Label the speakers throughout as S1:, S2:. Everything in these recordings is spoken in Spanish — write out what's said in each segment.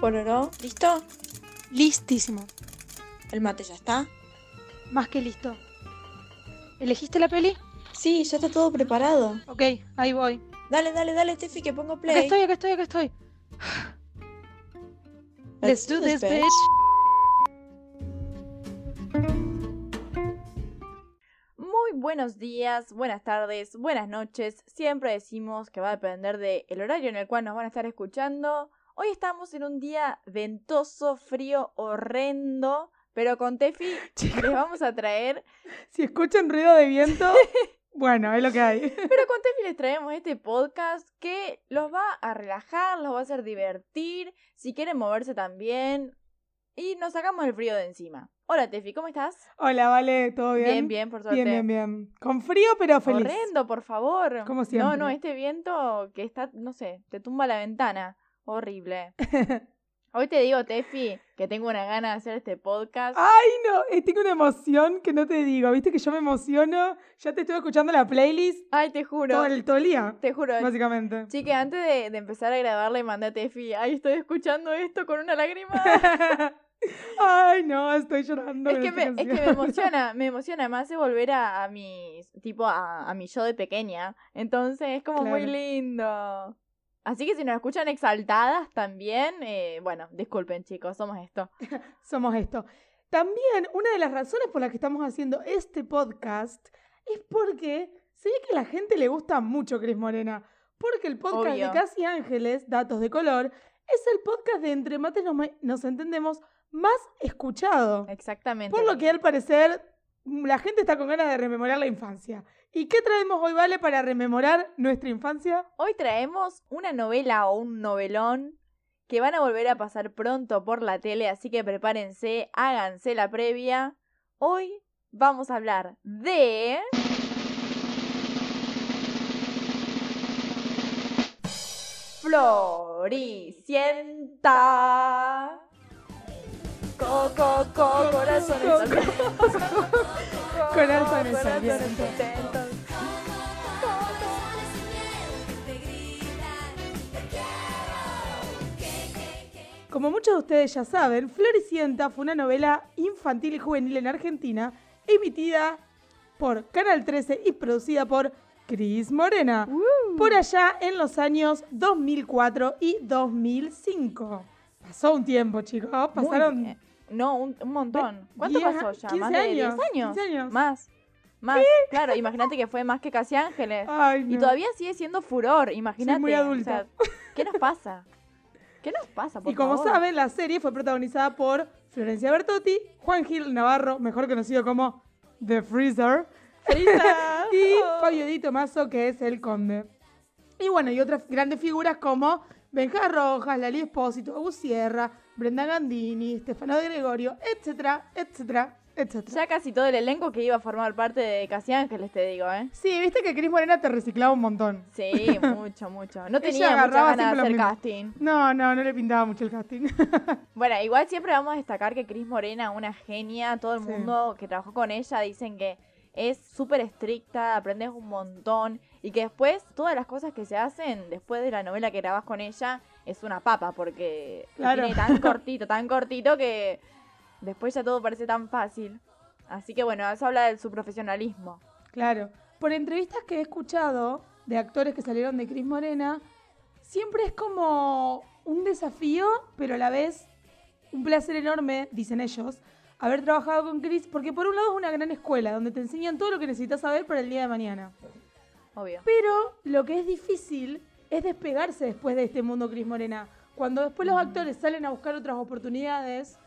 S1: Pororó, ¿listo?
S2: Listísimo.
S1: ¿El mate ya está?
S2: Más que listo. ¿Elegiste la peli?
S1: Sí, ya está todo preparado.
S2: Ok, ahí voy.
S1: Dale, dale, dale, Tefi, que pongo
S2: Acá
S1: play.
S2: estoy, acá estoy, acá estoy. Let's do this, bitch.
S3: Muy buenos días, buenas tardes, buenas noches. Siempre decimos que va a depender del horario en el cual nos van a estar escuchando. Hoy estamos en un día ventoso, frío, horrendo, pero con Tefi les vamos a traer,
S4: Si escuchan ruido de viento, bueno, es lo que hay.
S3: pero con Tefi les traemos este podcast que los va a relajar, los va a hacer divertir, si quieren moverse también y nos sacamos el frío de encima. Hola Tefi, ¿cómo estás?
S4: Hola, vale, ¿todo bien?
S3: Bien, bien, por suerte.
S4: Bien, bien, bien. Con frío, pero feliz.
S3: Horrendo, por favor.
S4: Como
S3: No,
S4: siempre.
S3: no, este viento que está, no sé, te tumba la ventana. Horrible. Hoy te digo, Tefi, que tengo una gana de hacer este podcast.
S4: Ay, no, eh, tengo una emoción que no te digo. Viste que yo me emociono. Ya te estuve escuchando la playlist
S3: Ay, te juro.
S4: todo, el, todo el día,
S3: Te juro.
S4: básicamente.
S3: Chique, antes de, de empezar a grabar le mandé a Tefi, ay, estoy escuchando esto con una lágrima.
S4: Ay, no, estoy llorando.
S3: es,
S4: con
S3: que me,
S4: esta
S3: es que me
S4: canción.
S3: emociona, me emociona. Me hace volver a, a mis, tipo, a, a mi yo de pequeña. Entonces es como muy
S4: Claro.
S3: lindo. Así que si nos escuchan exaltadas también, eh, bueno, disculpen chicos, somos esto.
S4: Somos esto. También una de las razones por las que estamos haciendo este podcast es porque se ve que a la gente le gusta mucho Cris Morena. Porque el podcast
S3: Obvio.
S4: de Casi Ángeles, Datos de Color, es el podcast de Entre Mates nos, ma- nos entendemos más escuchado.
S3: Exactamente.
S4: Por lo
S3: Mari.
S4: que al parecer la gente está con ganas de rememorar la infancia. ¿Y qué traemos hoy, Vale, para rememorar nuestra infancia?
S3: Hoy traemos una novela o un novelón que van a volver a pasar pronto por la tele, así que prepárense, háganse la previa. Hoy vamos a hablar de... Floricienta. Co, co, co, corazones
S4: Co-
S3: ardientes.
S4: Corazones
S3: Corazones
S4: ardientes.
S3: contentos.
S4: Como muchos de ustedes ya saben, Floricienta fue una novela infantil y juvenil en Argentina emitida por Canal 13 y producida por Cris Morena,
S3: Uh.
S4: por allá en los años 2004 y 2005. Pasó un tiempo, chicos,
S3: Muy
S4: pasaron
S3: bien. no, un, un montón. ¿Cuánto
S4: 10,
S3: pasó ya?
S4: 15
S3: ¿Más de 10
S4: años,
S3: años?
S4: 15 años.
S3: Más. Más. Claro, imagínate que fue más que Casi Ángeles.
S4: Ay,
S3: Y
S4: Ah, no.
S3: todavía sigue siendo furor, imagínate.
S4: muy adulta.
S3: O sea, ¿Qué nos pasa? ¿Qué nos pasa? Por
S4: Y como
S3: favor?
S4: saben, la serie fue protagonizada por Florencia Bertotti, Juan Gil Navarro, mejor conocido como The Freezer, y Fabio Di Tomaso, que es el conde. Y bueno, y otras grandes figuras como Benja Rojas, Lali Espósito, Agus Sierra, Brenda Gandini, Stefano de Gregorio, etcétera, etcétera, etcétera.
S3: Ya casi todo el elenco que iba a formar parte de Casi Ángeles, te digo, ¿eh?
S4: Sí, viste que Cris Morena te reciclaba un montón.
S3: Sí, mucho, mucho. No
S4: Ella
S3: tenía muchas
S4: agarraba
S3: ganas de hacer
S4: siempre lo mismo.
S3: casting.
S4: No, no, no le pintaba mucho el casting.
S3: Bueno, igual siempre vamos a destacar que Cris Morena, una genia, todo el
S4: Sí.
S3: mundo que trabajó con ella dicen que es súper estricta, aprendes un montón y que después todas las cosas que se hacen después de la novela que grabas con ella es una papa porque lo
S4: Claro.
S3: tiene tan cortito, tan cortito que después ya todo parece tan fácil. Así que bueno, eso habla de su profesionalismo.
S4: Claro. Por entrevistas que he escuchado de actores que salieron de Cris Morena, siempre es como un desafío, pero a la vez un placer enorme, dicen ellos, haber trabajado con Cris, porque por un lado es una gran escuela donde te enseñan todo lo que necesitas saber para el día de mañana.
S3: Obvio.
S4: Eh, Pero lo que es difícil es despegarse después de este mundo Cris Morena. Cuando después los actores salen a buscar otras oportunidades,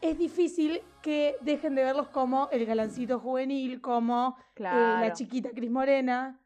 S4: es difícil que dejen de verlos como el galancito juvenil, como eh,
S3: Claro.
S4: la chiquita Cris Morena.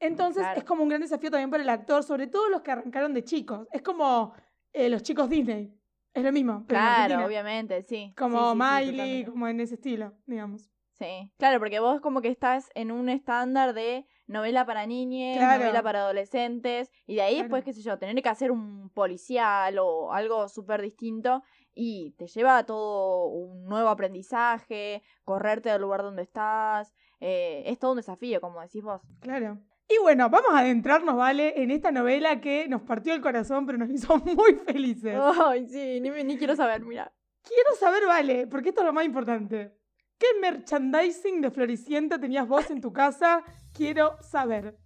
S4: Entonces
S3: Claro.
S4: es como un gran desafío también para el actor, sobre todo los que arrancaron de chicos. Es como eh, los chicos Disney. Es lo mismo. pero en
S3: Claro,
S4: Argentina.
S3: obviamente, sí. Sí, sí,
S4: Como
S3: sí,
S4: Miley,
S3: totalmente.
S4: como en ese estilo, digamos.
S3: Sí, claro, porque vos como que estás en un estándar de novela para niñes,
S4: Claro.
S3: novela para adolescentes, y de ahí
S4: Claro.
S3: después, qué sé yo, tener que hacer un policial o algo súper distinto, y te lleva a todo un nuevo aprendizaje, correrte del lugar donde estás, eh, es todo un desafío, como decís vos.
S4: Claro. Y bueno, vamos a adentrarnos, ¿vale? En esta novela que nos partió el corazón, pero nos hizo muy felices.
S3: Ay, sí, ni, me- ni quiero saber, mira.
S4: Quiero saber, vale, porque esto es lo más importante. ¿Qué merchandising de Floricienta tenías vos en tu casa? Quiero saber.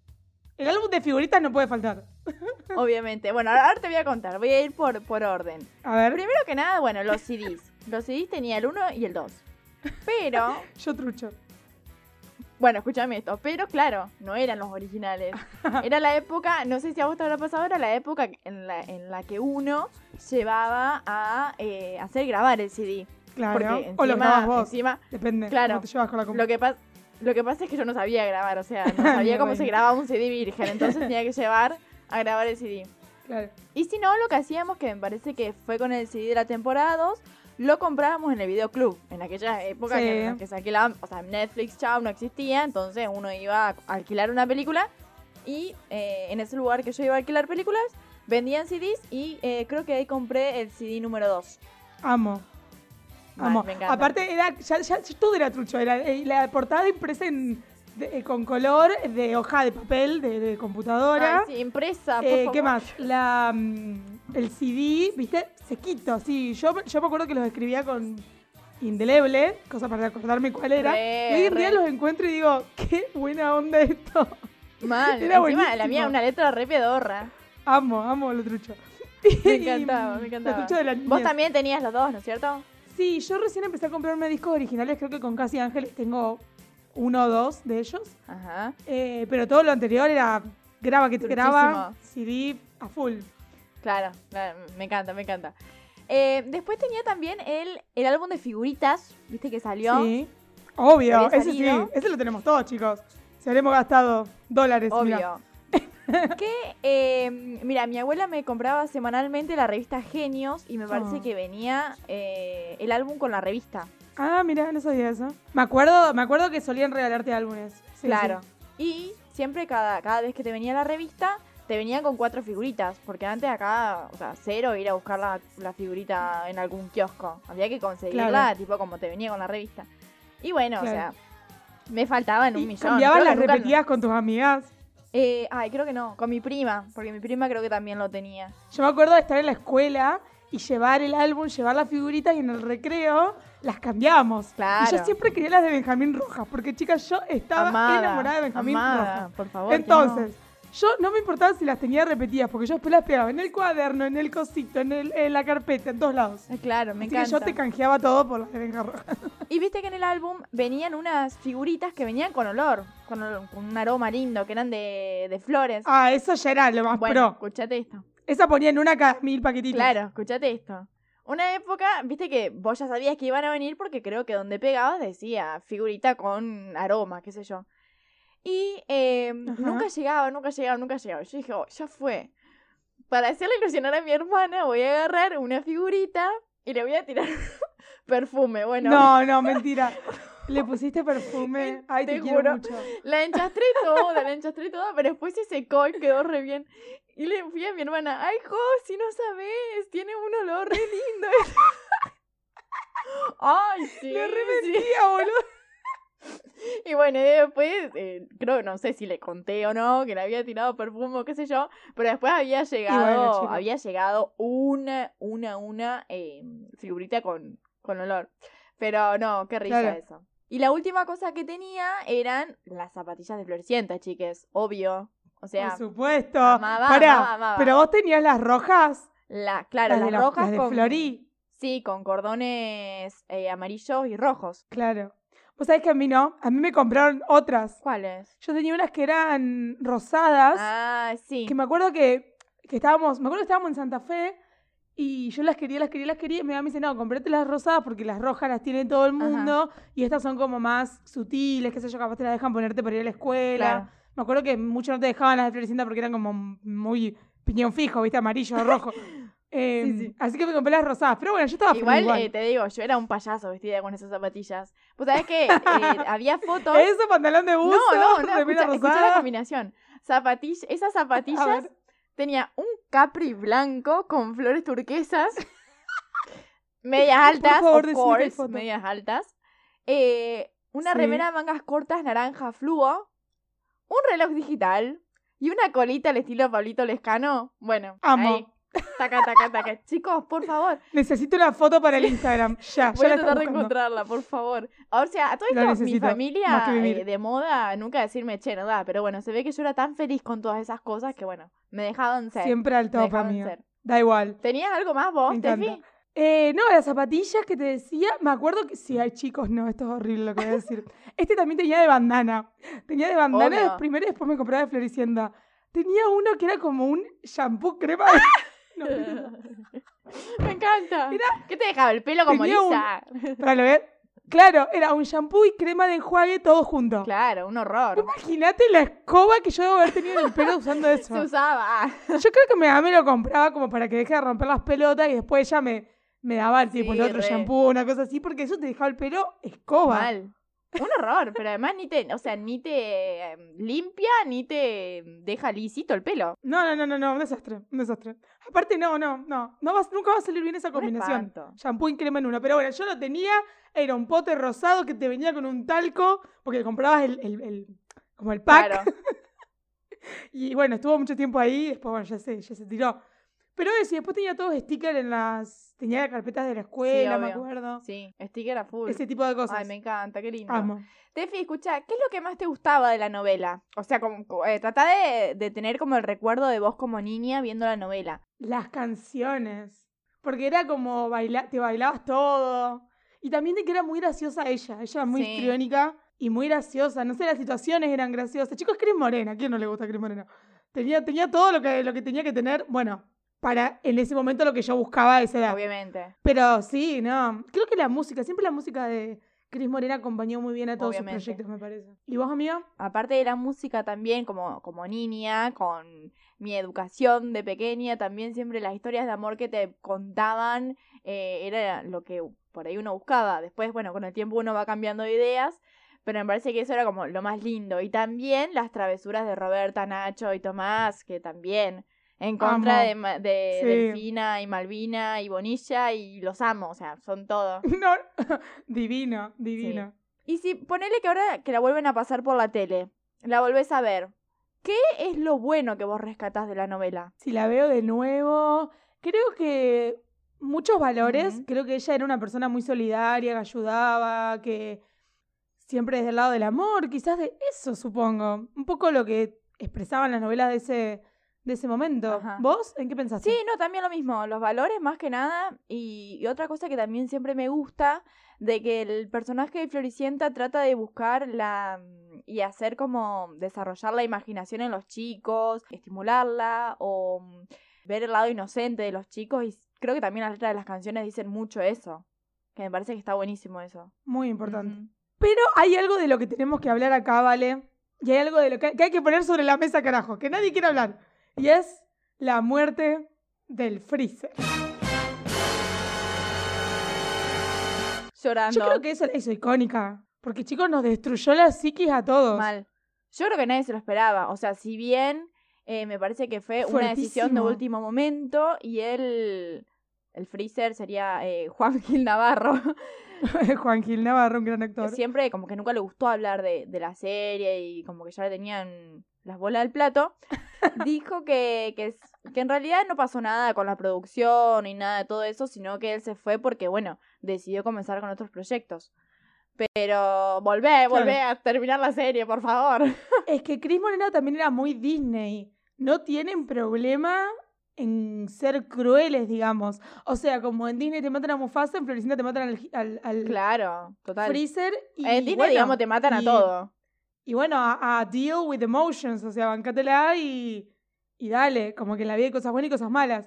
S4: El álbum de figuritas no puede faltar.
S3: Obviamente. Bueno, ahora ahora te voy a contar. Voy a ir por, por orden.
S4: A ver,
S3: Primero que nada, bueno, los CDs. Los CDs tenía el 1 y el 2. Pero,
S4: yo trucho.
S3: bueno, escúchame esto. Pero claro, no eran los originales. Era la época, no sé si a vos te habrá pasado, era la época en la, en la que uno llevaba a eh, hacer grabar el CD.
S4: Claro.
S3: Porque
S4: o lo grabás
S3: encima,
S4: vos.
S3: encima
S4: Depende.
S3: claro,
S4: cómo te llevas con la compu.
S3: Lo que, pas- lo que pasa es que yo no sabía grabar, o sea, no sabía cómo
S4: Bueno.
S3: se grababa un CD virgen, entonces tenía que llevar a grabar el CD.
S4: Claro.
S3: Y si no, lo que hacíamos, que me parece que fue con el CD de la temporada 2, lo comprábamos en el videoclub, en aquella época
S4: Sí.
S3: que, en la que se alquilaban, o sea, Netflix, chao, no existía, entonces uno iba a alquilar una película y eh, en ese lugar que yo iba a alquilar películas, vendían CDs y eh, creo que ahí compré el CD número 2.
S4: Amo.
S3: Mal,
S4: Amo.
S3: me encanta.
S4: Aparte, era, ya, ya- ya todo era trucho. Era eh, la portada impresa en- de- eh, con color de hoja de papel, de, de computadora.
S3: Ay, sí, impresa, por
S4: Eh,
S3: favor.
S4: ¿Qué más? La, mm, el CD, ¿viste? Sequito, sí. Yo, yo me acuerdo que los escribía con indeleble, cosa para acordarme cuál era.
S3: Re,
S4: y hoy en día
S3: re.
S4: los encuentro y digo, qué buena onda esto.
S3: Mal,
S4: Era
S3: encima la
S4: buenísimo.
S3: mía una letra re pedorra.
S4: Amo, amo lo trucho.
S3: Me encantaba, me encantaba.
S4: Lo trucho de la niñez.
S3: Vos también tenías los dos, ¿no es cierto?
S4: Sí, yo recién empecé a comprarme discos originales, creo que con Casi Ángeles tengo uno o dos de ellos.
S3: Ajá.
S4: Eh, pero todo lo anterior era graba que te graba,
S3: Truchísimo.
S4: CD a full.
S3: Claro, claro, me encanta, me encanta. Eh, después tenía también el, el álbum de figuritas, viste que salió.
S4: Sí. Obvio,
S3: Había
S4: ese sí,
S3: salido.
S4: ese lo tenemos todos, chicos. Si habremos gastado dólares, mirá.
S3: obvio. que, eh, mira, mi abuela me compraba semanalmente la revista Genios y me parece
S4: Ah.
S3: que venía eh, el álbum con la revista.
S4: Ah, mira, no sabía eso. Me acuerdo, me acuerdo que solían regalarte álbumes. Sí,
S3: claro.
S4: sí.
S3: Y siempre, cada, cada vez que te venía la revista, te venían con cuatro figuritas. Porque antes acá, o sea, cero ir a buscar la, la figurita en algún kiosco. Había que conseguirla,
S4: Claro.
S3: tipo como te venía con la revista. Y bueno, o
S4: Claro.
S3: sea, me faltaban un
S4: Y
S3: millón.
S4: cambiabas
S3: Creo
S4: las
S3: que nunca-
S4: repetidas con tus amigas.
S3: Eh, ay, creo que no, con mi prima. Porque mi prima creo que también lo tenía.
S4: Yo me acuerdo de estar en la escuela y llevar el álbum, llevar las figuritas y en el recreo las cambiábamos.
S3: Claro.
S4: Y yo siempre quería las de Benjamín Rojas, porque chicas, yo estaba
S3: amada,
S4: enamorada de Benjamín
S3: amada,
S4: Rojas.
S3: por favor. que
S4: Entonces, yo no me importaba si las tenía repetidas, porque yo después las pegaba en el cuaderno, en el cosito, en, el- en la carpeta, en todos lados.
S3: no. Eh, Claro, me
S4: Así que
S3: encanta.
S4: yo te canjeaba todo por las de Benja Rojas.
S3: Y viste que en el álbum venían unas figuritas que venían con olor, con, olor- con un aroma lindo, que eran de, de flores.
S4: Ah, eso ya era lo más
S3: bueno,
S4: pro.
S3: escuchate esto.
S4: Esa ponía en una cada mil paquetitos.
S3: Claro, escuchate esto. Una época, viste que vos ya sabías que iban a venir porque creo que donde pegabas decía figurita con aroma, qué sé yo. Y eh,
S4: Ajá.
S3: nunca llegaba, nunca llegaba, nunca llegaba. Yo dije, oh, ya fue. Para hacerle ilusionar a mi hermana, voy a agarrar una figurita y le voy a tirar perfume. Bueno,
S4: No, no, mentira. Le pusiste perfume. Ay, te,
S3: Te
S4: quiero
S3: juro.
S4: mucho.
S3: La enchastré toda, la enchastré toda, pero después se secó y quedó re bien. Y le fui a mi hermana, ay, Jo, si no sabes, tiene un olor re lindo. ay, sí.
S4: Le re
S3: sí.
S4: mentía, boludo.
S3: Y bueno, y después, eh, creo, no sé si le conté o no, que le había tirado perfume o qué sé yo, pero después había llegado,
S4: chico.
S3: había llegado una, una, una eh, figurita con, con olor. Pero no, qué risa
S4: Claro.
S3: eso. Y la última cosa que tenía eran las zapatillas de Floricienta, chiques, obvio. O sea,
S4: Por supuesto.
S3: amaba,
S4: Pará,
S3: amaba, amaba.
S4: pero vos tenías las rojas.
S3: la, claro,
S4: las
S3: las,
S4: de la-
S3: rojas
S4: las de
S3: con...
S4: Florí.
S3: Sí, con cordones eh, amarillos y rojos.
S4: Claro. Vos sabés que a mí no. A mí me compraron otras.
S3: ¿Cuáles?
S4: Yo tenía unas que eran rosadas.
S3: Ah, sí.
S4: Que me acuerdo que, que estábamos, me acuerdo que estábamos en Santa Fe y yo las quería, las quería, las quería. Y mi mamá me dice, no, comprate las rosadas porque las rojas las tiene todo el mundo y estas son como más sutiles, qué sé yo, capaz te las dejan ponerte para ir a la escuela.
S3: Claro.
S4: Me acuerdo que muchos no te dejaban las de Floricienta porque eran como muy piñón fijo, viste, amarillo, rojo. Eh,
S3: Sí, sí.
S4: Así que me compré las rosadas. Ah, Pero bueno, yo estaba feliz
S3: Igual,
S4: igual.
S3: eh, te digo, yo era un payaso vestida con esas zapatillas. Pues sabes que había fotos.
S4: Eso, pantalón de
S3: no,
S4: buzo,
S3: no, no,
S4: remera
S3: escucha, escucha la
S4: rosada.
S3: combinación. Zapatilla, esas
S4: A
S3: zapatillas
S4: ver.
S3: tenía un capri blanco con flores turquesas, medias altas,
S4: favor,
S3: of
S4: decime que hay
S3: course,
S4: fotos.
S3: medias altas, eh, una
S4: Sí.
S3: remera de mangas cortas naranja fluo, un reloj digital y una colita al estilo Pablito Lescano. Bueno,
S4: Amo.
S3: ahí. Taca, taca, taca. Chicos, por favor,
S4: Necesito una foto para el Instagram. Ya,
S3: voy a
S4: ya la estoy
S3: tratar de
S4: buscando.
S3: encontrarla, por favor. O sea, a todo
S4: La
S3: esto, mi
S4: necesito,
S3: familia
S4: más que vivir.
S3: eh, de moda nunca decirme che, no da, pero bueno, se ve que yo era tan feliz con todas esas cosas que bueno, me dejaban ser.
S4: Siempre al
S3: me
S4: top,
S3: dejaban
S4: amiga.
S3: ser.
S4: Da igual.
S3: ¿Tenías algo más vos,
S4: Me encanta.
S3: Tefi?
S4: Eh, no, las zapatillas que te decía, me acuerdo que sí, hay chicos, no, esto es horrible lo que voy a decir. Este también tenía de bandana. Tenía de bandana
S3: Obvio.
S4: primero y después me compraba de floricienda. Tenía uno que era como un shampoo crema. de- No, no, no.
S3: Me encanta. ¿Qué te dejaba el pelo como
S4: Tenía un-
S3: lisa?
S4: Para lo ver. Claro, era un shampoo y crema de enjuague todo junto.
S3: Claro, un horror.
S4: Imagínate la escoba que yo debo haber tenido en el pelo usando eso.
S3: Se usaba. ah.
S4: Yo creo que mi mamá me lo compraba como para que deje de romper las pelotas y después ella me, me daba el tipo
S3: Sí,
S4: el otro
S3: re.
S4: shampoo, una cosa así, porque eso te dejaba el pelo escoba.
S3: Mal. Un horror, pero además ni te, o sea, ni te eh, limpia, ni te deja lisito el pelo.
S4: No, no, no, no, no, un desastre, un desastre. Aparte, no, no, no, no vas, nunca va a salir bien esa combinación.
S3: espanto.
S4: Shampoo y crema en una. Pero bueno, yo lo tenía, era un pote rosado que te venía con un talco, porque comprabas el, el- el- como el pack.
S3: Claro.
S4: Y bueno, estuvo mucho tiempo ahí, después, bueno, ya se, ya se tiró. Pero eso, y después tenía todos stickers en las, tenía las carpetas de la escuela, me
S3: obvio.
S4: acuerdo.
S3: Sí, sticker a full.
S4: Ese tipo de cosas.
S3: Ay, me encanta, qué lindo.
S4: Amo.
S3: Tefi, escucha, ¿qué es lo que más te gustaba de la novela? O sea, como, co- eh, tratá de, de tener como el recuerdo de vos como niña viendo la novela.
S4: Las canciones. Porque era como baila te bailabas todo. Y también de que era muy graciosa ella. Ella era muy
S3: Sí.
S4: histriónica y muy graciosa. No sé, las situaciones eran graciosas. Chicos, Cris Morena. ¿A quién no le gusta Cris Morena? Tenía, tenía todo lo que, lo que tenía que tener. Bueno, para en ese momento lo que yo buscaba a esa edad.
S3: Obviamente.
S4: Pero sí, no. Creo que la música, siempre la música de Cris Morena acompañó muy bien a todos
S3: Obviamente.
S4: sus proyectos, me parece. ¿Y vos, amiga?
S3: Aparte de la música también, como, como niña, con mi educación de pequeña, también siempre las historias de amor que te contaban eh, era lo que por ahí uno buscaba. Después, bueno, con el tiempo uno va cambiando de ideas, pero me parece que eso era como lo más lindo. Y también las travesuras de Roberta, Nacho y Tomás, que también en contra
S4: Amo.
S3: de, Ma- de
S4: Sí.
S3: Delfina y Malvina y Bonilla y los amo, o sea, son todo.
S4: No. divino, divino.
S3: Y si ponele que ahora que la vuelven a pasar por la tele, la volvés a ver, ¿qué es lo bueno que vos rescatás de la novela?
S4: si la veo de nuevo, creo que muchos valores,
S3: Ujú.
S4: creo que ella era una persona muy solidaria, que ayudaba, que siempre desde el lado del amor, quizás de eso supongo, un poco lo que expresaban las novelas de ese, de ese momento.
S3: Ajá.
S4: ¿Vos en qué pensaste?
S3: Sí, no, también lo mismo, los valores más que nada y, y otra cosa que también siempre me gusta de que el personaje de Floricienta trata de buscar la y hacer como desarrollar la imaginación en los chicos, estimularla o mm, ver el lado inocente de los chicos y creo que también las letras de las canciones dicen mucho eso, que me parece que está buenísimo eso.
S4: Muy importante.
S3: Ujú.
S4: Pero hay algo de lo que tenemos que hablar acá, ¿vale? Y hay algo de lo que, que hay que poner sobre la mesa, carajo, que nadie quiere hablar. Y es la muerte del freezer.
S3: Llorando.
S4: Yo creo que eso la hizo icónica. Porque, chicos, nos destruyó la psiquis a todos.
S3: Mal. Yo creo que nadie se lo esperaba. O sea, si bien eh, me parece que fue una decisión de
S4: Fuertísimo.
S3: último momento y él, el freezer sería eh, Juan Gil Navarro.
S4: Juan Gil Navarro, un gran actor.
S3: Siempre como que nunca le gustó hablar de, de la serie y como que ya le tenían las bolas al plato. Dijo que, que, s- que en realidad no pasó nada con la producción ni nada de todo eso, sino que él se fue porque, bueno, decidió comenzar con otros proyectos. Pero volvé, volvé a terminar la serie, por favor.
S4: Es que Cris Morena también era muy Disney. No tienen problema en ser crueles, digamos. O sea, como en Disney te matan a Mufasa, en Floricienta te matan al, al- al
S3: Claro, total.
S4: Freezer. Y,
S3: en Disney,
S4: bueno,
S3: digamos, te matan a
S4: y-
S3: todo.
S4: Y bueno, a, a deal with emotions. O sea, bancátela y, y dale. Como que en la vida hay cosas buenas y cosas malas.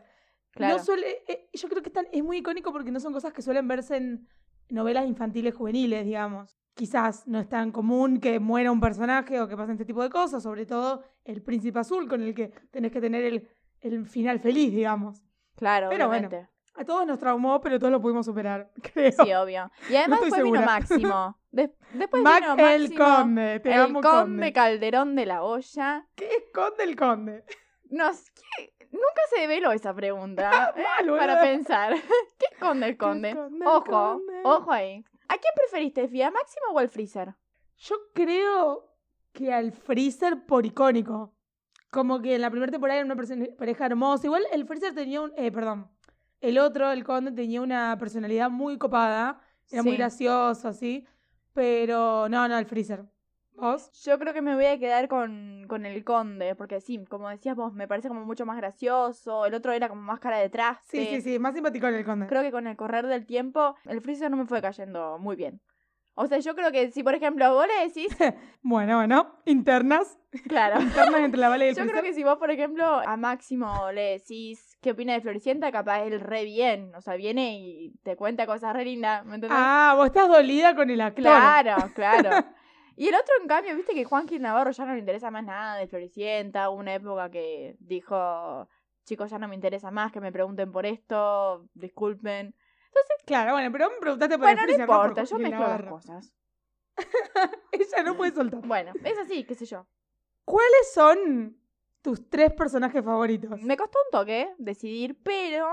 S3: Claro.
S4: No suele, eh, yo creo que están- es muy icónico porque no son cosas que suelen verse en novelas infantiles juveniles, digamos. Quizás no es tan común que muera un personaje o que pasen este tipo de cosas, sobre todo el príncipe azul con el que tenés que tener el, el final feliz, digamos.
S3: Claro,
S4: Pero bueno.
S3: obviamente.
S4: A todos nos traumó, pero todos lo pudimos superar, creo.
S3: Sí, obvio. Y además
S4: estoy
S3: después vino
S4: segura.
S3: Máximo. Des- después
S4: Mac
S3: vino
S4: el
S3: Máximo.
S4: Conde, te
S3: el
S4: amo
S3: conde,
S4: Conde.
S3: Calderón de la olla.
S4: ¿Qué es Conde el Conde?
S3: Nos, ¿qué? Nunca se develó esa pregunta eh,
S4: Mal,
S3: para
S4: boludo.
S3: pensar. ¿Qué esconde el conde?
S4: esconde el
S3: ojo,
S4: conde?
S3: ojo ahí. ¿A quién preferiste, Fia? ¿Máximo o al Freezer?
S4: Yo creo que al Freezer por icónico. Como que en la primera temporada era una perso- pareja hermosa. Igual el Freezer tenía un. eh, perdón. El otro, el Conde, tenía una personalidad muy copada. Era muy
S3: Sí.
S4: gracioso, así. Pero no, no, el Freezer. ¿Vos?
S3: Yo creo que me voy a quedar con, con el conde, porque sí, como decías vos, me parece como mucho más gracioso. El otro era como más cara de traste.
S4: Sí, sí, sí. Más simpático el Conde.
S3: Creo que con el correr del tiempo, el freezer no me fue cayendo muy bien. O sea, yo creo que si, por ejemplo, vos le decís.
S4: Bueno, bueno. Internas.
S3: Claro.
S4: Internas entre la Vale y el
S3: Yo
S4: Freezer.
S3: creo que si vos, por ejemplo, a Máximo le decís qué opina de Floricienta, capaz él re bien. O sea, viene y te cuenta cosas re lindas, ¿me entendés?
S4: Ah, vos estás dolida con el actor.
S3: Claro, claro. Y el otro, en cambio, viste que Juan Gil Navarro ya no le interesa más nada de Floricienta. Hubo una época que dijo, chicos, ya no me interesa más que me pregunten por esto, disculpen.
S4: Claro, bueno, pero vos me preguntaste por
S3: Bueno,
S4: el
S3: no
S4: Freezer. por
S3: importa, yo
S4: Joaquín
S3: mezclo las
S4: Navarro.
S3: cosas.
S4: Ella no puede soltar.
S3: Bueno, es así, qué sé yo.
S4: ¿Cuáles son tus tres personajes favoritos?
S3: Me costó un toque decidir, pero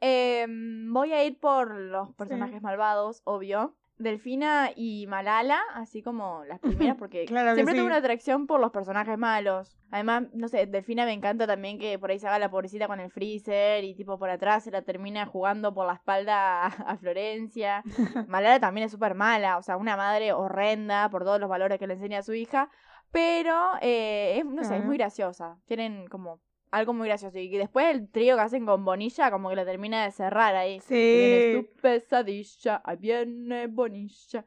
S3: em, voy a ir por los personajes malvados, obvio. Delfina y Malala, así como las primeras, porque
S4: Claro que
S3: siempre
S4: sí.
S3: tuve una atracción por los personajes malos. Además, no sé, Delfina me encanta también que por ahí se haga la pobrecita con el freezer y tipo por atrás se la termina jugando por la espalda a, a Florencia. Malala también es súper mala, o sea, una madre horrenda por todos los valores que le enseña a su hija. Pero, eh, es- no sé, es
S4: Claro.
S3: muy graciosa. Tienen como algo muy gracioso. Y que después el trío que hacen con Bonilla, como que lo termina de cerrar ahí. Y Vienes
S4: Sí.
S3: tu pesadilla, ahí viene Bonilla.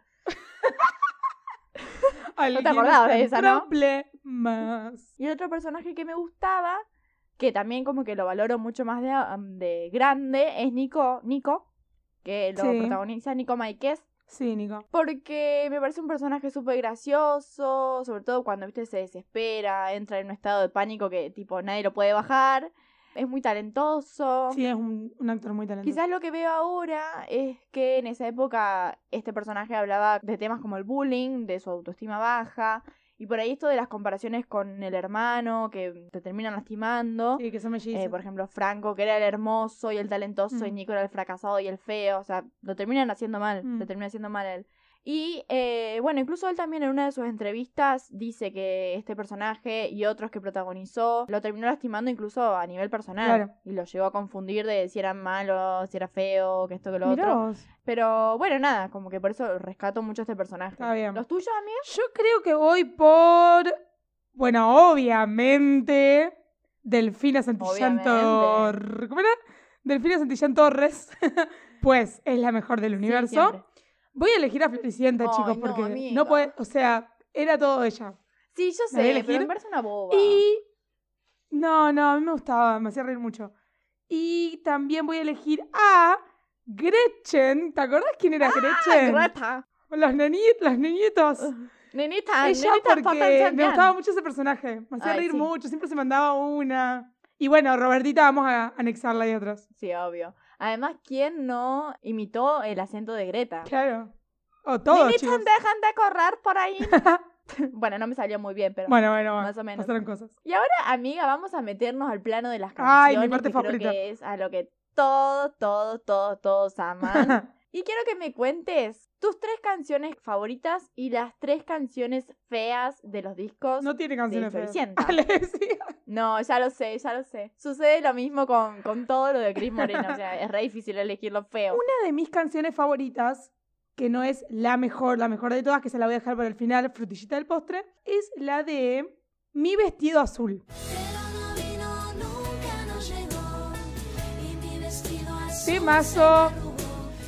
S4: Alguien
S3: acordabas de
S4: sin
S3: esa, no?
S4: Problemas.
S3: Y el otro personaje que me gustaba, que también como que lo valoro mucho más de, de grande, es Nico, Nico, que lo
S4: Sí.
S3: protagoniza Nico Maikes.
S4: Sí, Nico.
S3: Porque me parece un personaje súper gracioso, sobre todo cuando viste se desespera, entra en un estado de pánico que tipo nadie lo puede bajar. Es muy talentoso.
S4: Sí, es un, un actor muy talentoso.
S3: Quizás lo que veo ahora es que en esa época este personaje hablaba de temas como el bullying, de su autoestima baja, y por ahí esto de las comparaciones con el hermano que te terminan lastimando.
S4: Sí, que son mellizos.
S3: Eh, por ejemplo, Franco, que era el hermoso y el talentoso, y
S4: Mm.
S3: Nico era el fracasado y el feo. O sea, lo terminan haciendo mal,
S4: Mm.
S3: lo terminan haciendo mal a él. Y eh, bueno, incluso él también en una de sus entrevistas dice que este personaje y otros que protagonizó lo terminó lastimando incluso a nivel personal.
S4: Claro.
S3: Y lo llegó a confundir de si era malo, si era feo, que esto, que lo
S4: Mirá
S3: otro.
S4: vos.
S3: Pero bueno, nada, como que por eso rescato mucho a este personaje.
S4: Está bien.
S3: ¿Los tuyos, amiga?
S4: Yo creo que voy por. Bueno, obviamente. Delfina Santillán
S3: Obviamente.
S4: Torres. ¿Cómo era? Delfina Santillán Torres. pues es la mejor del universo.
S3: Sí, siempre.
S4: Voy a elegir a Floricienta,
S3: Ay,
S4: chicos,
S3: no,
S4: porque
S3: amiga.
S4: no puede. O sea, era todo ella.
S3: Sí, yo
S4: ¿La voy
S3: sé, pero
S4: a
S3: me
S4: elegir?
S3: parece una boba.
S4: Y. No, no, a mí me gustaba, me hacía reír mucho. Y también voy a elegir a Gretchen. ¿Te acordás quién
S3: Ah,
S4: era Gretchen?
S3: Rata.
S4: Los, neni- los niñitos.
S3: Nenita,
S4: Ella
S3: nenita
S4: porque
S3: Patanzan
S4: me
S3: Yan.
S4: gustaba mucho ese personaje. Me hacía
S3: Ay,
S4: reír
S3: sí.
S4: mucho, siempre se mandaba una. Y bueno, Robertita, vamos a anexarla y otras.
S3: Sí, obvio. Además, ¿quién no imitó el acento de Greta?
S4: Claro. O todos,
S3: Nenita,
S4: chicos.
S3: dejan de correr por ahí. bueno, no me salió muy bien, pero.
S4: Bueno, bueno,
S3: Más
S4: bueno,
S3: o menos.
S4: Pasaron cosas.
S3: Y ahora, amiga, vamos a meternos al plano de las
S4: Ay,
S3: canciones.
S4: mi parte
S3: que creo
S4: favorita.
S3: que es a lo que todos, todos, todos, todos aman. y quiero que me cuentes tus tres canciones favoritas y las tres canciones feas de los discos.
S4: no tiene canciones feas.
S3: Floricienta.
S4: Alexia.
S3: No, ya lo sé, ya lo sé. Sucede lo mismo con, con todo lo de Chris Moreno. o sea, es re difícil elegir lo feo.
S4: Una de mis canciones favoritas, que no es la mejor, la mejor de todas, que se la voy a dejar para el final, frutillita del postre, es la de Mi vestido azul.
S5: Pero no vino, nunca nos llegó. Y mi vestido azul
S4: Temazo,
S5: se arrugó.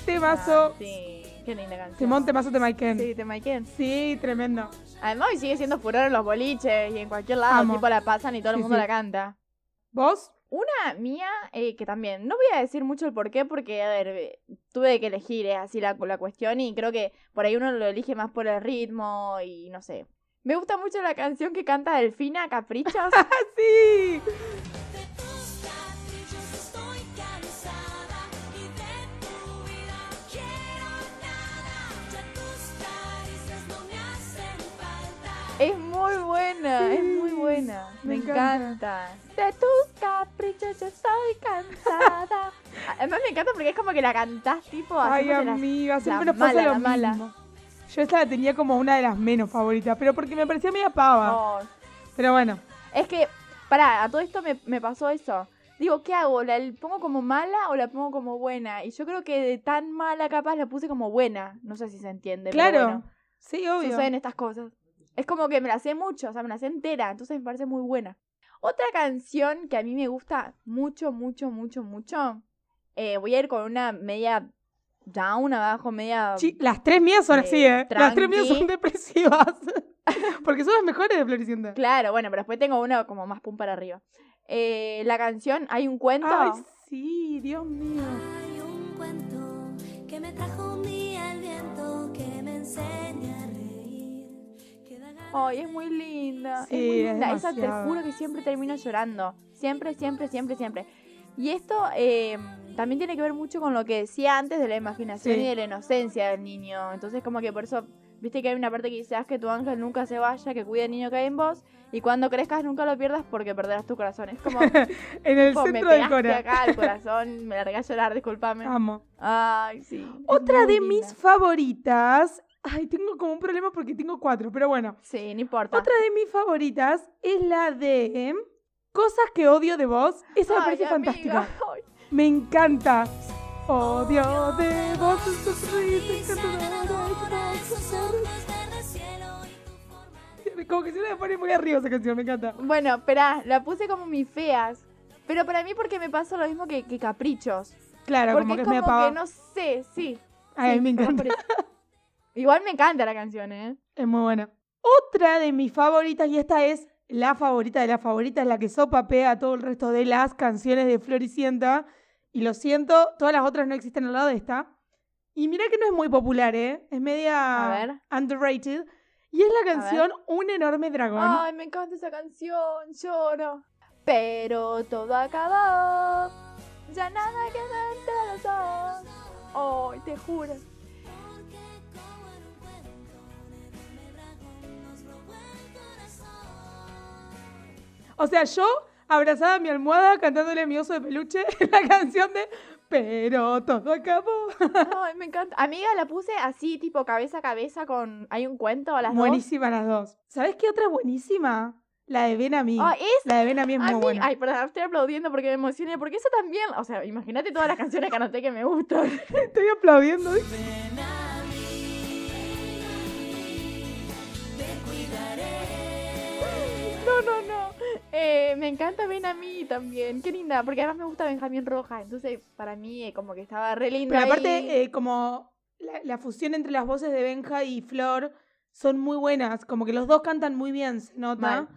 S4: temazo,
S3: Ah, sí, qué linda canción.
S4: Simón, temazo, te
S3: Sí, te maiquen.
S4: Sí, tremendo.
S3: Además, hoy sigue siendo furor en los boliches y en cualquier lado,
S4: Amo.
S3: tipo la pasan y todo el
S4: Sí,
S3: mundo
S4: sí.
S3: la canta.
S4: ¿Vos?
S3: Una mía, eh, que también, no voy a decir mucho el por qué, porque, a ver, eh, tuve que elegir, es así la, la cuestión, y creo que por ahí uno lo elige más por el ritmo y no sé. Me gusta mucho la canción que canta Delfina, Caprichos.
S4: Sí.
S5: De tus caprichos estoy cansada. Y de tu vida no quiero nada. Ya tus caricias no me hacen falta.
S3: Es muy buena, es muy
S4: Sí,
S3: buena. Me,
S4: me
S3: encanta.
S4: encanta.
S3: De tus caprichos yo estoy cansada. Además me encanta porque es como que la cantás tipo así.
S4: Ay,
S3: como si la-
S4: amiga, siempre
S3: la
S4: nos pasa
S3: mala,
S4: lo
S3: la mala.
S4: mismo. Yo esta la tenía como una de las menos favoritas, pero porque me parecía media pava.
S3: Oh,
S4: Pero bueno,
S3: Es que, pará, a todo esto me, me pasó eso. Digo, ¿qué hago? ¿La el- pongo como mala o la pongo como buena? Y yo creo que de tan mala capaz la puse como buena. No sé si se entiende. pero
S4: claro.
S3: bueno,
S4: Sí, obvio.
S3: suceden estas cosas. Es como que me la sé mucho, o sea, me la sé entera, entonces me parece muy buena. Otra canción que a mí me gusta mucho, mucho, mucho, mucho. eh, voy a ir con una media down abajo, media...
S4: Chi- las tres mías son así,
S3: Eh,
S4: ¿eh? Las tres mías
S3: tranqui.
S4: son depresivas. porque son las mejores de Floricienta.
S3: Claro, bueno, pero después tengo una como más pum para arriba. Eh, la canción, hay un cuento.
S4: Ay, sí, Dios mío.
S5: Hay un cuento que me trajo un día el viento que me enseña a reír. que da
S2: Oh.
S5: ganas
S3: Ay, es muy linda.
S4: Sí,
S3: es muy
S4: es
S3: linda. Esa te
S4: demasiado.
S3: juro que siempre termino llorando. Siempre, siempre, siempre, siempre. Y esto eh, también tiene que ver mucho con lo que decía antes de la imaginación
S4: Sí.
S3: y de la inocencia del niño. Entonces, como que por eso, viste que hay una parte que dice, haz que tu ángel nunca se vaya, que cuide al niño que hay en vos. Y cuando crezcas nunca lo pierdas porque perderás tu corazón. Es como,
S4: En el
S3: tipo, me
S4: centro del
S3: pegaste
S4: Cora.
S3: acá al corazón, me largué a llorar, discúlpame.
S4: Amo.
S3: Ay, sí. es
S4: Otra
S3: muy
S4: de
S3: linda.
S4: mis favoritas. Ay, tengo como un problema porque tengo cuatro, pero bueno.
S3: Sí, no importa.
S4: Otra de mis favoritas es la de Cosas que odio de vos. Esa me
S3: Ay,
S4: parece
S3: amiga,
S4: fantástica.
S3: ay,
S4: Me encanta. Odio de vos esa sonrisa que te da la
S5: ahora
S4: noche.
S5: esos ojos verde cielo y tu forma de
S4: Como que se me pone muy arriba esa canción, me encanta.
S3: Bueno, esperá, la puse como mis feas. Pero para mí porque me pasó lo mismo que, que caprichos.
S4: Claro,
S3: porque
S4: como que
S3: es
S4: es media
S3: como
S4: pava.
S3: que no sé, sí.
S4: Ay,
S3: sí,
S4: me
S3: capaz
S4: encanta.
S3: por eso. Igual me encanta la canción, ¿eh?
S4: Es muy buena. Otra de mis favoritas, y esta es la favorita de las favoritas, la que sopapea todo el resto de las canciones de Floricienta. Y lo siento, todas las otras no existen al lado de esta. Y mira que no es muy popular, ¿eh? Es
S3: A
S4: media
S3: ver.
S4: underrated. Y es la
S3: ver. Ah.
S4: canción Un enorme dragón.
S3: Ay, me encanta esa canción, lloro. Pero todo acabó. Ya nada que ver entre los dos. Ay, te juro.
S5: Porque como en un cuento, un enorme dragón nos robó el corazón.
S4: O sea, yo abrazada a mi almohada cantándole a mi oso de peluche la canción de Pero todo acabó.
S3: Ay, me encanta. Amiga, la puse así, tipo cabeza a cabeza con... Hay un cuento a las dos.
S4: Buenísimas las dos. ¿Sabes qué otra es buenísima? La de Ven a mí.
S3: Ay, es
S4: La de Ven a mí es
S3: A
S4: muy
S3: mí-
S4: buena.
S3: ay, perdón, estoy aplaudiendo porque me emocioné, porque eso también, o sea, imagínate todas las canciones que anoté que me gustan.
S4: Estoy aplaudiendo. ¿viste?
S5: Ven a mí, te cuidaré.
S3: No, no, no. Eh, me encanta Ven a mí también, qué linda, porque además me gusta Benjamín Rojas, entonces para mí eh, como que estaba re lindo.
S4: Pero
S3: ahí.
S4: aparte, eh, como la, la fusión entre las voces de Benja y Flor son muy buenas. Como que los dos cantan muy bien, se nota.
S3: Mal.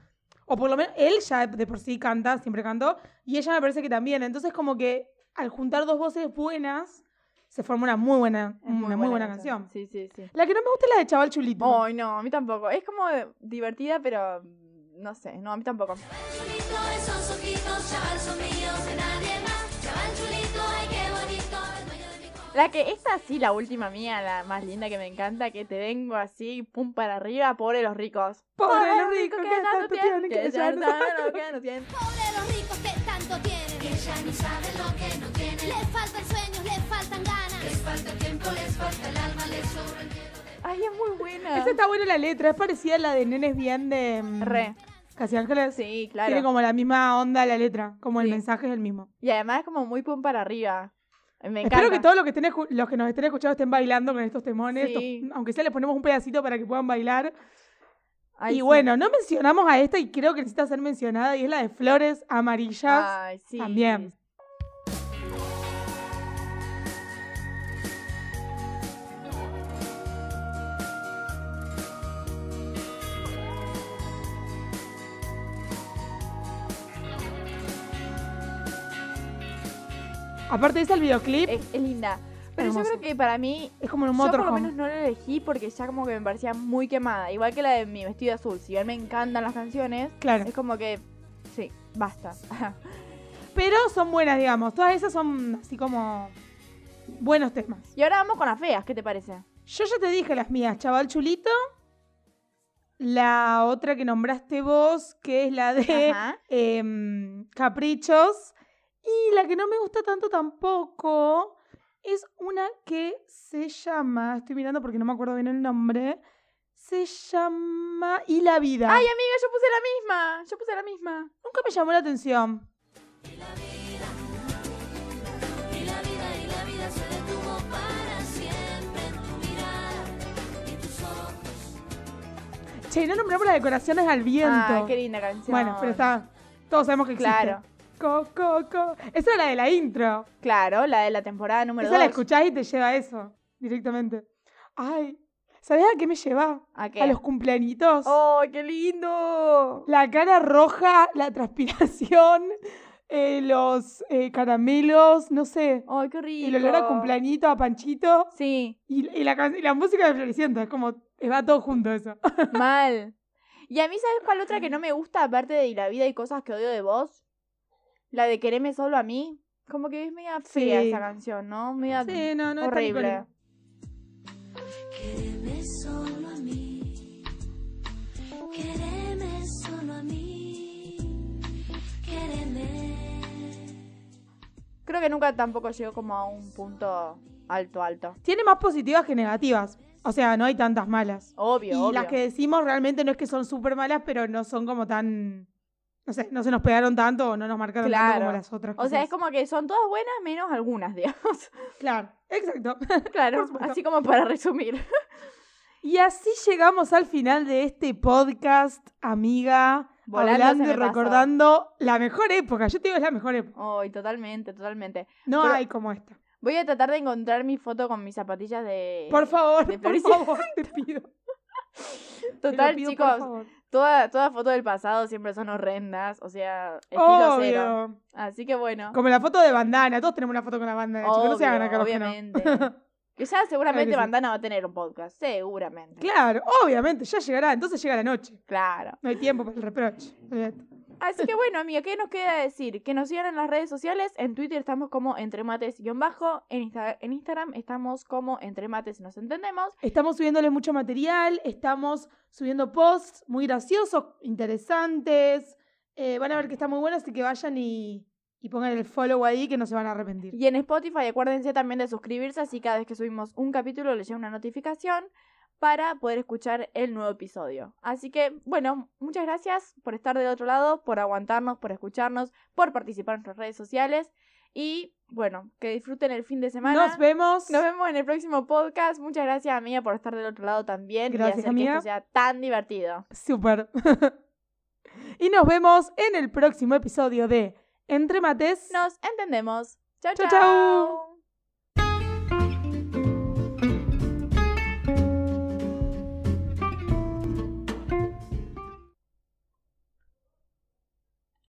S4: O por lo menos él ya de por sí canta, siempre cantó. Y ella me parece que también. Entonces, como que al juntar dos voces buenas, se forma una muy buena,
S3: Es
S4: una muy buena, canción.
S3: Sí, sí, sí.
S4: La que no me gusta es la de Chaval Chulito.
S3: Ay, no, a mí tampoco. Es como divertida, pero mm, no sé, no, a mí tampoco.
S5: Chulito, esos ojitos, chaval, son míos de nadie más. Chaval, chulito, ay, qué bonito, el dueño de mi corazón.
S3: La que, esta sí, la última mía, la más linda que me encanta, que te vengo así, pum para arriba, pobre los ricos.
S4: Pobre los ricos que tanto tienen, que ya no
S3: saben lo que no tienen.
S5: Pobre los ricos que tanto tienen, que ya ni saben lo que no tienen. Les faltan sueños, les faltan ganas, les falta tiempo, les falta el alma, les sobra el miedo.
S3: Ay, es muy buena.
S4: Esa está buena la letra. Es parecida a la de Nenes Bien de mm,
S3: Re.
S4: Casi Ángeles.
S3: Sí, claro.
S4: Tiene como la misma onda la letra. Como el
S3: Sí.
S4: mensaje es el mismo.
S3: Y además es como muy pum para arriba. Me encanta.
S4: Espero que todos los que, estén escu- los que nos estén escuchando estén bailando con estos temones.
S3: Sí.
S4: estos- aunque sea, les ponemos un pedacito para que puedan bailar.
S3: Ay,
S4: y
S3: sí.
S4: bueno, no mencionamos a esta y creo que necesita ser mencionada y es la de Flores Amarillas.
S3: Ay, sí.
S4: también. Aparte de esa, el videoclip
S3: Es, es linda. Pero
S4: Hermoso.
S3: yo creo que para mí,
S4: es como un
S3: yo por lo
S4: motorhome.
S3: menos no la elegí porque ya como que me parecía muy quemada. Igual que la de mi vestido azul. Si bien me encantan las canciones,
S4: Claro.
S3: es como que, sí, basta.
S4: Pero son buenas, digamos. Todas esas son así como buenos temas.
S3: y ahora vamos con las feas, ¿qué te parece?
S4: Yo ya te dije las mías, chaval chulito. La otra que nombraste vos, que es la de
S3: Ajá.
S4: em, Caprichos. Y la que no me gusta tanto tampoco Es una que se llama, estoy mirando porque no me acuerdo bien el nombre, se llama Y la vida.
S3: Ay, amiga, yo puse la misma. Yo puse la misma.
S4: Nunca me llamó la atención.
S5: Y la vida, y la vida se detuvo para siempre en tu mirada y tus ojos.
S4: Che, no nombramos las decoraciones al viento.
S3: Ay, qué linda canción.
S4: Bueno, pero está. Todos sabemos que existe.
S3: Claro.
S4: Co, co, co. Esa era la de la intro.
S3: Claro, la de la temporada número
S4: Esa la
S3: 2.
S4: escuchás y te lleva a eso directamente. Ay, ¿sabés a qué me lleva?
S3: ¿A qué?
S4: A los cumpleañitos.
S3: ¡Oh, qué lindo!
S4: La cara roja, la transpiración, eh, los eh, caramelos, no sé.
S3: ¡Ay, qué rico!
S4: El olor a cumpleañito, a panchito.
S3: Sí,
S4: Y, y la, can- y la música de Floricienta. Es como, eh, va todo junto eso.
S3: mal. Y a mí, ¿sabes cuál otra que no me gusta, aparte de la vida y cosas que odio de vos? La de quererme solo a mí. Como que es media fea
S4: Sí.
S3: esa canción, ¿no? Media...
S4: Sí, no, no, es tan
S3: Horrible.
S4: icónica.
S5: Quédeme solo a mí, quédeme solo a mí, quédeme.
S3: Creo que nunca tampoco llegó como a un punto alto, alto.
S4: Tiene más positivas que negativas. O sea, no hay tantas malas.
S3: Obvio,
S4: y
S3: obvio.
S4: las que decimos realmente no es que son súper malas, pero no son como tan. No sé, no se nos pegaron tanto o no nos marcaron tanto
S3: Claro.
S4: como las otras.
S3: O sea, es
S4: cosas.
S3: como que son todas buenas menos algunas, digamos.
S4: Claro, exacto.
S3: Claro,
S4: Por supuesto.
S3: así como para resumir.
S4: Y así llegamos al final de este podcast, amiga.
S3: Volando
S4: hablando
S3: se
S4: y
S3: me pasó.
S4: recordando la mejor época. Yo te digo, es la mejor época.
S3: Ay, totalmente, totalmente.
S4: No
S3: Pero-
S4: hay como esta.
S3: Voy a tratar de encontrar mi foto con mis zapatillas de...
S4: Por favor,
S3: de
S4: por
S3: Floricienta.
S4: favor, te pido. te lo
S3: Total,
S4: pido, por
S3: chicos,
S4: favor.
S3: toda, toda foto del pasado siempre son horrendas, o sea, estilo cero.
S4: Obvio.
S3: Así que bueno,
S4: Como la foto de bandana. Todos tenemos una foto con la bandana, chicos. No se hagan
S3: Obvio,
S4: acá los que no.
S3: obviamente. que ya seguramente
S4: Claro que sí.
S3: Bandana va a tener un podcast, seguramente.
S4: Claro, obviamente. Ya llegará. Entonces llega la noche.
S3: Claro.
S4: No hay tiempo para el reproche. olvídate.
S3: Así que bueno, amiga, ¿qué nos queda decir? Que nos sigan en las redes sociales. En Twitter estamos como entre mates-bajo. En, Insta- en Instagram estamos como entre mates nos entendemos.
S4: Estamos subiéndole mucho material, estamos subiendo posts muy graciosos, interesantes. Eh, van a ver que está muy bueno, así que vayan y, y pongan el follow ahí que no se van a arrepentir.
S3: Y en Spotify acuérdense también de suscribirse, así cada vez que subimos un capítulo les llega una notificación para poder escuchar el nuevo episodio. Así que, bueno, muchas gracias por estar del otro lado, por aguantarnos, por escucharnos, por participar en nuestras redes sociales y, bueno, que disfruten el fin de semana.
S4: Nos vemos.
S3: Nos vemos en el próximo podcast. Muchas gracias, amiga, por estar del otro lado también
S4: Gracias,
S3: y hacer
S4: amiga.
S3: que esto sea tan divertido.
S4: Super. y nos vemos en el próximo episodio de Entre Mates.
S3: Nos entendemos. Chao,
S4: Chau,
S3: chao.
S4: chau.